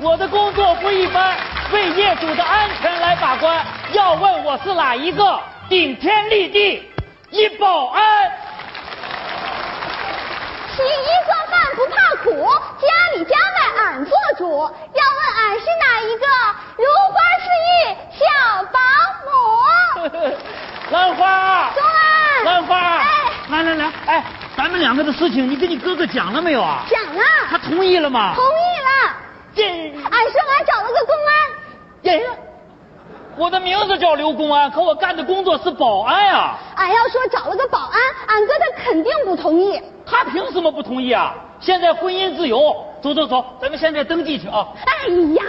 我的工作不一般，为业主的安全来把关。要问我是哪一个，顶天立地一保安。吃一做饭不怕苦，家里家外俺做主。要问俺是哪一个，如花似玉小保姆。 兰花，中啊，兰花，哎，来来来，哎，咱们两个的事情，你跟你哥哥讲了没有啊？讲了，他同意了吗同？意了。这俺说俺找了个公安，人，我的名字叫刘公安，可我干的工作是保安啊。俺要说找了个保安，俺哥他肯定不同意。他凭什么不同意啊？现在婚姻自由，走走走，咱们现在登记去啊。哎呀，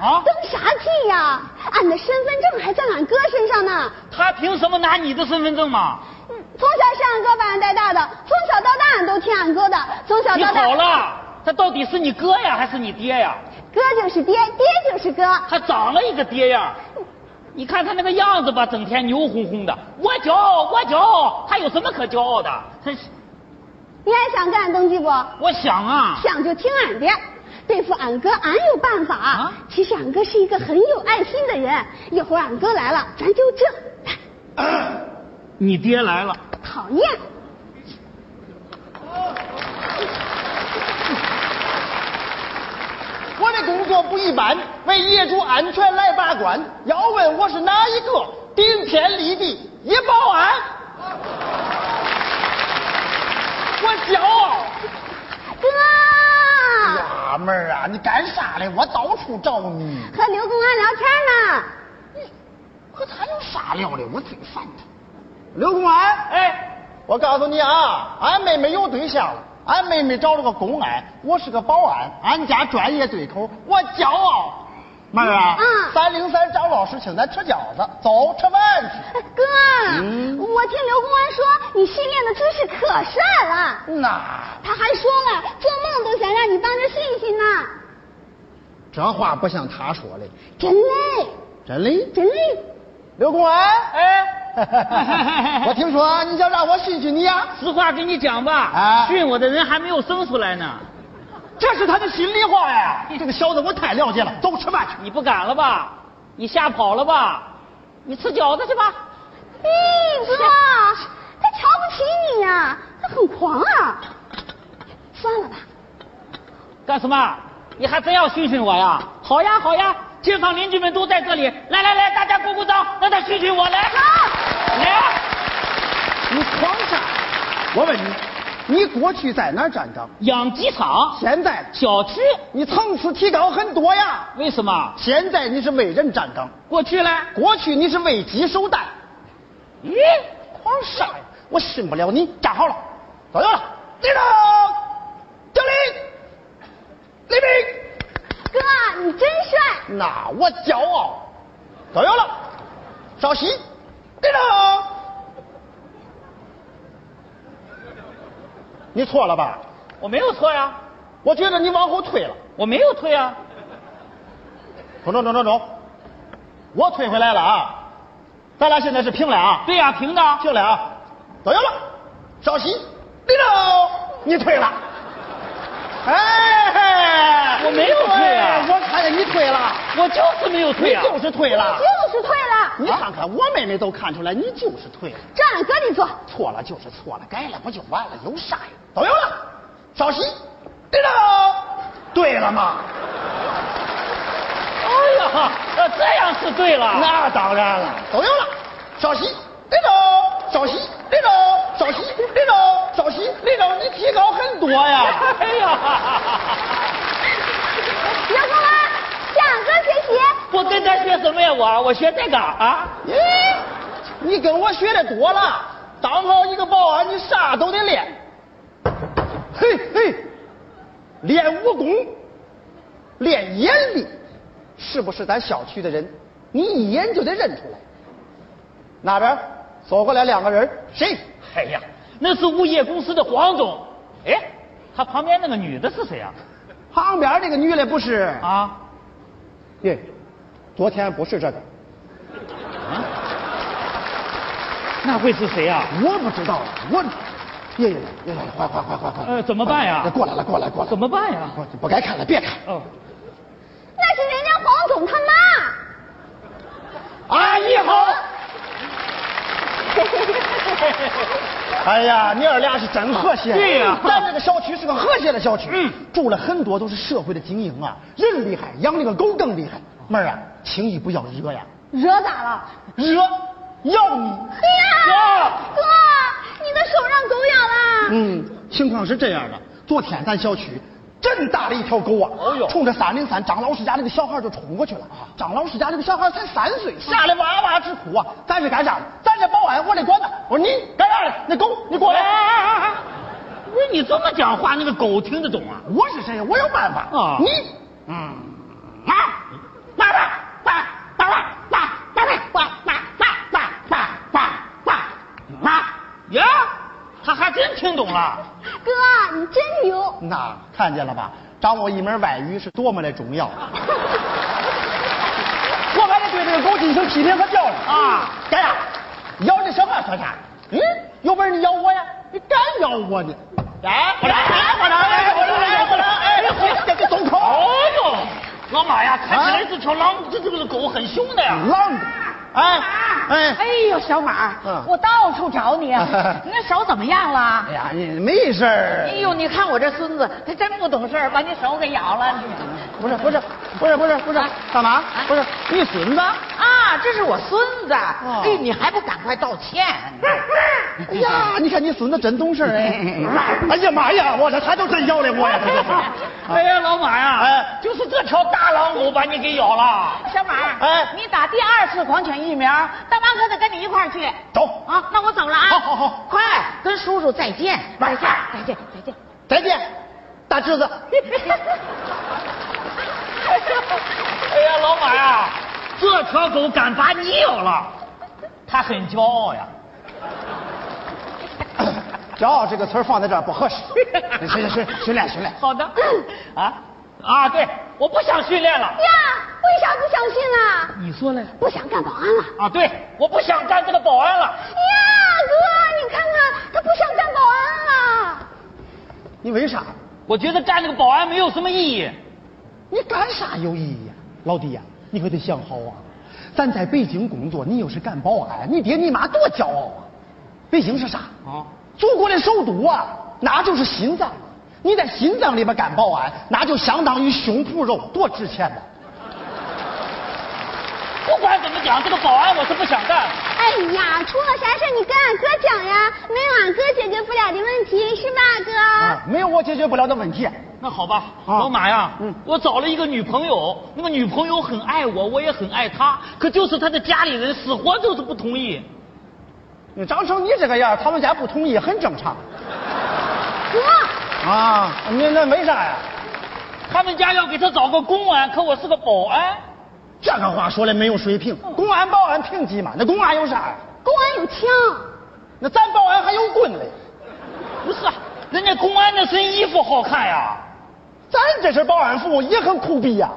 啊登啥记呀、俺的身份证还在俺哥身上呢。他凭什么拿你的身份证嘛？嗯从小是俺哥把俺带大的，从小到大俺都听俺哥的，从小你到大好了，他到底是你哥呀还是你爹呀？哥就是爹，爹就是哥。他长了一个爹样儿，你看他那个样子吧，整天牛哄哄的。我骄傲，我骄傲，他有什么可骄傲的？他是，你还想跟俺登记不？我想啊，想就听俺的。对付俺哥，俺有办法。啊其实俺哥是一个很有爱心的人。一会儿俺哥来了，咱就这。你爹来了，讨厌，我的工作不一般，为业主安全来把关。要问我是哪一个，顶天立地一 保安。我骄傲。哥、衙门儿啊，你干啥嘞？我到处找你，和刘公安聊天呢。和他有啥聊的？我最烦他。刘公安，哎，我告诉你啊，俺妹妹有对象了。俺妹妹找了个公安，我是个保安，俺家专业对口，我骄傲。妹儿啊，嗯三零三张老师请咱吃饺子，走，吃饭去。哥，嗯我听刘公安说你训练的知识可帅了，那他还说了做梦都想让你帮着训训呢，这话不像他说的，真累，真的。真累。刘公安，哎我听说你想让我训训你啊呀、实话跟你讲吧，啊训我的人还没有生出来呢，这是他的心里话呀。这个小子我太了解了，走吃饭去。你不敢了吧？你吓跑了吧？你吃饺子去吧。咦，哥，他瞧不起你呀、他很狂啊。算了吧，干什么？你还真要训训我呀？好呀，好呀，街坊邻居们都在这里，来来来，大家鼓鼓掌，让他训训我来。来啊，你狂啥？我问你，你过去在哪儿站岗？养鸡场、现在小区，你层次提高很多呀。为什么？现在你是为人站岗，过去了，过去你是为鸡守蛋。咦，狂啥呀？我信不了你。站好了，左右了，立正，敬礼，立正。哥，你真帅。那我骄傲。左右了，稍息，立正。你错了吧？我没有错呀，我觉得你往后退了。我没有退啊。中中中中中，我退回来了啊！咱俩现在是平了啊，对呀、平的。平了啊。左右了，稍息，立正。你退了。哎，我没有退啊对我看见你退了，我就是没有退啊你。就是退了。就是退了，你看看，我妹妹都看出来，你就是退了。照俺哥你做。错了就是错了，改了不就完了？有啥呀？都有了，稍息，对了，对了嘛？哎呀，呃这样是对了。那当然了，都有了，稍息，对了，稍息，对了，稍息，对了，稍息，对了，你提高很多呀。 哎呀，刘公啊安，向俺哥学习。我跟他学什么呀？我我学这个啊。咦，你跟我学的多了，当好一个保安，你啥都得练。嘿嘿，练武功，练眼力，是不是咱小区的人？你一眼就得认出来。那边走过来两个人，谁？哎呀，那是物业公司的黄总。哎，他旁边那个女的是谁啊？旁边那个女的不是？啊，耶，昨天不是这个，那会是谁啊？我不知道了，我。耶耶耶！快快快快快！哎呃怎么办呀过来了，过来过来！怎么办呀不不该看了，别看。哦，那黄总他妈。阿姨好。哎呀，你儿俩是真和谐。啊对呀咱这个小区是个和谐的小区，嗯住了很多都是社会的精英啊，人厉害，养那个狗更厉害。妹儿啊，轻易不要惹呀，惹咋了？惹要你。哎呀，哥，你的手让狗咬了。嗯，情况是这样的，昨天咱小区真大了一条狗啊，哦啊呦冲着三零三张老师家那个小孩就冲过去了。张老师家那个小孩才三岁，嗯吓得哇哇直哭啊！咱是干啥的？咱这保安我得管他。我说你干啥的？那狗你过哎来。哎哎哎！不是你这么讲话，那个狗听得懂啊？我是谁呀？我有办法。啊你嗯，妈，妈妈，妈，妈妈，妈，妈妈，妈，妈，妈，妈，妈，妈，妈，呀，他还真听懂了。哥，你真牛！那看见了吧？掌握一门外语是多么的 重要。我还得对这个狗进行批评和教育啊！干啥？咬你什么说啥？嗯，有本事你咬我呀！你敢咬我呢？哎，我来哎我来哎我来我来哎哎，这个总头，哎呦，老马呀，看起来这条狼，这这个狗很凶的呀。浪子，哎哎哎呦，小马，嗯我到处找你，啊 你那手怎么样了哎？呀，你没事儿哎。呦，你看我这孙子，他真不懂事儿，把你手给咬了。不是不是不是不是不是啊干嘛？不是你孙子？哎啊，这是我孙子，哦哎，你还不赶快道歉？哎呀，你看你孙子真懂事儿哎！哎呀妈呀，我这他都真要了我呀！这都是哎呀，老马呀，哎就是这条大狼狗把你给咬了。小马，哎你打第二次狂犬疫苗，大妈可得跟你一块儿去。走，啊，那我走了啊。好好好快跟叔叔再见，再见，再见，再见。再见，大侄子。哎呀，老马呀，这条狗敢把你咬了，它很骄傲呀。骄傲这个词儿放在这儿不合适。训训训练训练。好的，啊啊，对，我不想训练了。呀，为啥不相信啊？你说嘞？不想干保安了。啊，对，我不想干这个保安了。呀，哥，你看看，他不想干保安了。你为啥？我觉得干这个保安没有什么意义。你干啥有意义呀、老弟呀、你可得想好啊！咱在北京工作，你又是干保安，你爹你妈多骄傲啊！北京是啥？啊，祖国的首都啊，那就是心脏。你在心脏里边干保安，那就相当于胸脯肉，多值钱吧！不管怎么讲，这个保安我是不想干。哎呀，出了啥事儿你跟俺哥讲呀，没有俺哥解决不了的问题是吧，哥？啊，没有我解决不了的问题。那好吧，啊老马呀，嗯我找了一个女朋友，那个女朋友很爱我，我也很爱她，可就是她的家里人死活就是不同意。你长成你这个样儿，他们家不同意很正常哥，啊。你那没啥呀？他们家要给她找个公安，可我是个保安。这个话说的没有水平。公安、保安平级嘛，那公安有啥呀？公安有枪，那咱保安还有棍嘞。不是啊，人家公安那身衣服好看呀。咱这身保安服也很酷毙呀、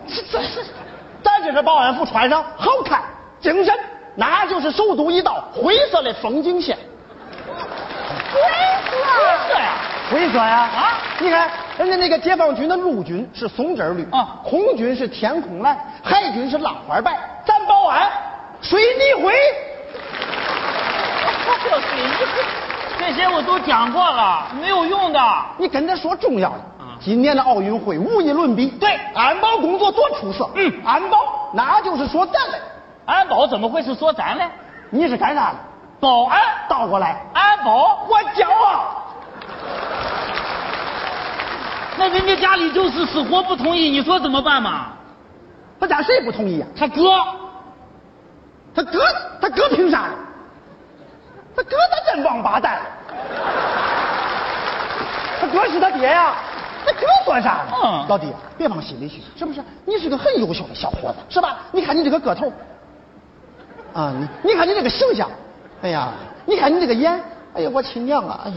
咱这身保安服穿上好看、精神，那就是首都一道灰色的风景线。龟不是哥，呀、灰色呀啊你看人家那个解放军的陆军是松枝绿啊空军是天空蓝，海军是浪花白，咱保安水泥灰。这些我都讲过了，没有用的。你跟他说重要的啊。今年的奥运会无以论比，对安保工作多出色。嗯安保那就是说咱嘞，安保怎么会是说咱嘞？你是干啥的？保安，倒过来，啊安保，我骄傲。那人家家里就是死活不同意，你说怎么办嘛？他家谁不同意呀、啊他哥，他哥，他哥凭啥呀？他哥他真王八蛋。他哥是他爹呀、他哥算啥呢？嗯老弟，别往心里去，是不是？你是个很优秀的小伙子，是吧？你看你这个个头，啊，你你看你这个形象，哎呀，你看你这个眼，哎呀，我亲娘啊，哎呀，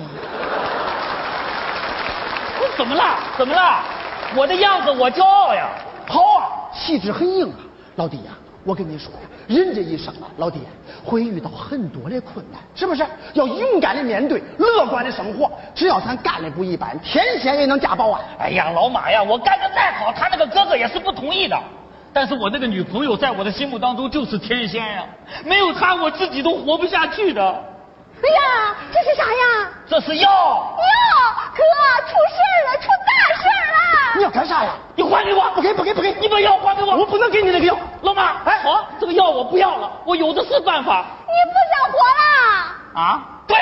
我怎么了？怎么了？我的样子我骄傲呀。好啊，气质很硬啊，老弟呀、我跟你说呀、人这一生啊，老弟呀、会遇到很多的困难，是不是？要勇敢的面对，乐观的生活。只要咱干的不一般，天仙也能嫁保安。啊哎呀，老马呀，我干的再好，他那个哥哥也是不同意的。但是我那个女朋友在我的心目当中就是天仙呀、没有她我自己都活不下去的。哎呀，这是啥呀？这是药，哟，哥，出事儿了，出大事儿你了！要干啥呀？你还给我！不给不给不给！你把药还给我！我不能给你那个药。老马，哎好，这个药我不要了，我有的是办法。你不想活了？啊？对，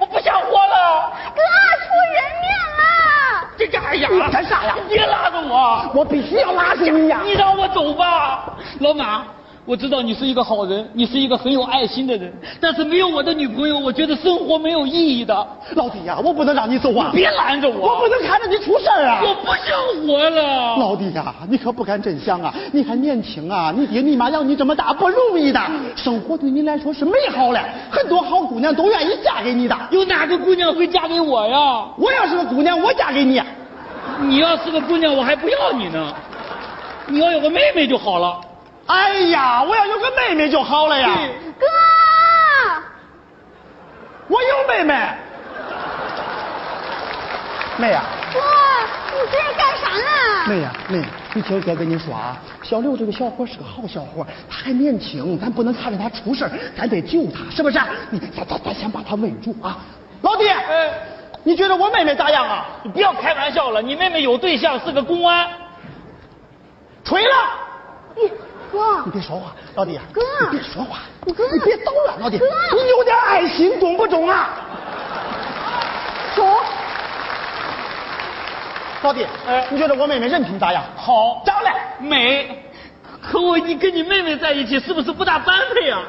我不想活了。哥，出人命了！这干呀？你干啥呀你别拉着我，我必须要拉住你呀！你让我走吧，老马。我知道你是一个好人，你是一个很有爱心的人，但是没有我的女朋友，我觉得生活没有意义的。老弟呀，我不能让你走啊！别拦着我我，不能看着你出事儿啊！我不想活了。老弟呀、你可不敢真想啊！你还年轻啊，你爹你妈养你这么大不容易的，生活对你来说是美好的，很多好姑娘都愿意嫁给你的。有哪个姑娘会嫁给我呀？我要是个姑娘，我嫁给你。你要是个姑娘，我还不要你呢。你要有个妹妹就好了。哎呀，我要有个妹妹就好了呀！哥，我有妹妹。妹呀、哥，你这是干啥呢？妹呀、啊妹，你听哥跟你说啊，小刘这个小伙是个好小伙，他还年轻，咱不能看着他出事儿咱得救他，是不是？你咱咱咱先把他稳住啊！老弟，哎，你觉得我妹妹咋样啊？你不要开玩笑了，你妹妹有对象，是个公安。锤了！你哥你，别说话，老弟啊，哥你别说话，哥你别捣乱，老弟，哥你有点爱心，懂不懂啊？走，老弟，呃哎你觉得我妹妹人品咋样？好，长得美。可我你跟你妹妹在一起，是不是不大般配啊？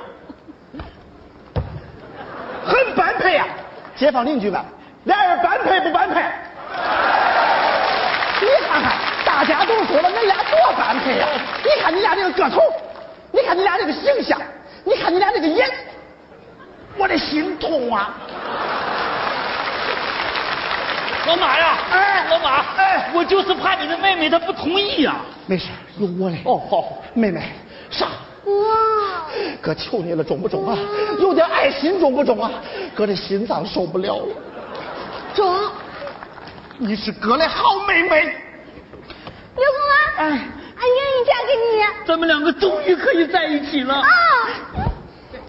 很般配啊，街坊邻居们，俩人般配不般配？你看看，大家都说了，恁俩多般配呀、你看你俩这个个头，你看你俩这个形象，你看你俩这个眼，我的心痛啊！老马呀，哎老马，哎我就是怕你的妹妹她不同意呀、没事，有我嘞。哦，好，妹妹，上。哥。哥求你了，中不中啊？有点爱心中不中啊？哥的心脏受不了了。中，你是哥的好妹妹。刘公安，俺哎愿意嫁给你。咱们两个终于可以在一起了。啊，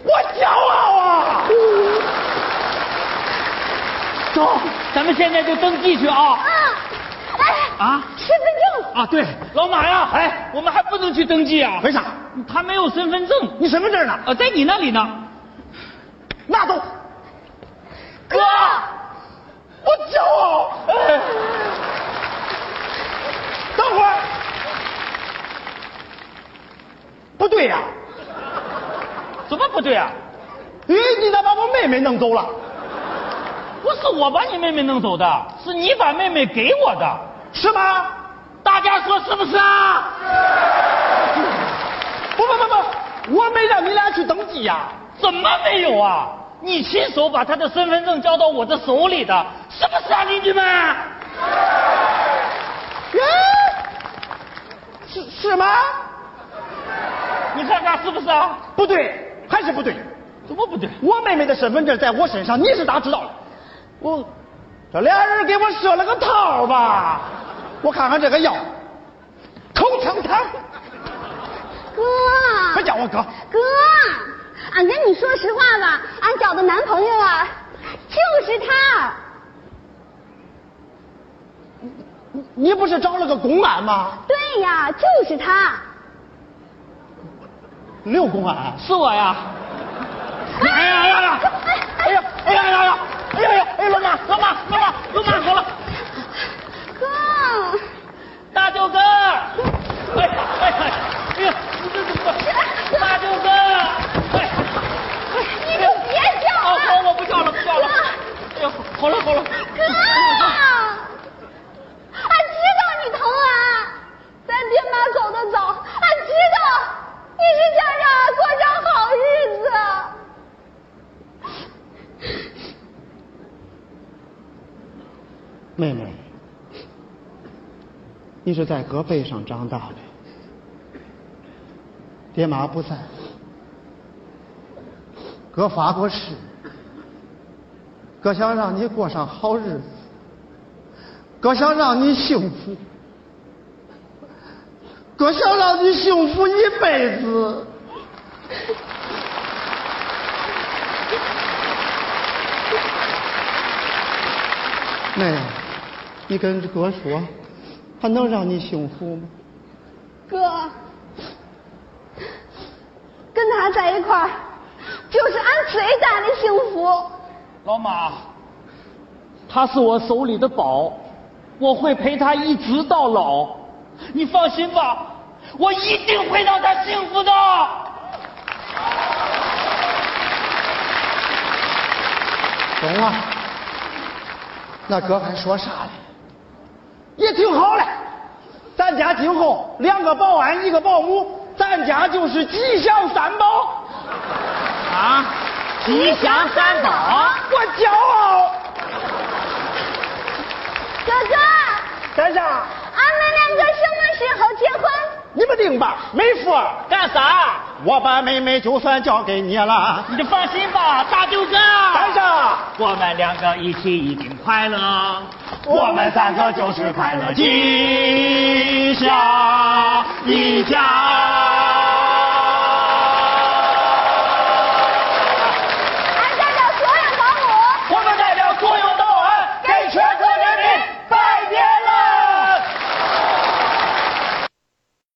我骄傲啊！走，咱们现在就登记去啊。啊，哎，啊身份证，啊，对，老马呀，哎，我们还不能去登记啊，为啥？他没有身份证，你身份证呢？呃，在你那里呢。拿走。哥，我骄傲。哎等会儿，不对呀、怎么不对啊？咦，你咋把我妹妹弄走了？不是我把你妹妹弄走的，是你把妹妹给我的，是吗？大家说是不是啊？不不不不，我没让你俩去登记呀、怎么没有啊？你亲手把她的身份证交到我的手里的，是不是啊，邻居们？是是吗？你看看是不是啊？不对，还是不对。怎么不对？我妹妹的身份证在我身上，你是咋知道的？我这俩人给我设了个套吧？我看看这个药，口腔汤，哥，别叫我哥，哥，俺跟你说实话吧，俺找的男朋友啊，就是他。你不是找了个公安吗？对呀，就是他。刘公安，是我呀！哎呀呀呀！哎呀哎呀呀呀！哎呀呀！哎，老马老马老马老马好了，哥，大舅哥！哎呀哎呀！哎呀，你这怎么？大舅哥！哎，你就别叫好了。好，我不叫了不叫了哥，。哎呦，好了好了。哥，俺知道你疼俺，咱爹妈走得早，俺知道你是想让俺过上好日子。妹妹，你是在哥背上长大的，爹妈不在，哥发过誓，哥想让你过上好日子，哥想让你幸福，多想让你幸福一辈子。妹妹，你跟哥说，他能让你幸福吗？哥，跟他在一块儿，就是俺最大的幸福。老妈，他是我手里的宝，我会陪他一直到老。你放心吧，我一定会让他幸福的。懂了，那哥还说啥嘞？也挺好嘞，咱家今后两个保安，一个保姆，咱家就是吉祥三宝。啊，吉祥三宝。我骄傲。哥哥，珊珊，俺们两个什么时候结婚？你们定吧，妹夫。干啥？我把妹妹就算交给你了。你放心吧，大舅哥。珊珊，我们两个一起一定快乐。我们三个就是快乐吉祥一家。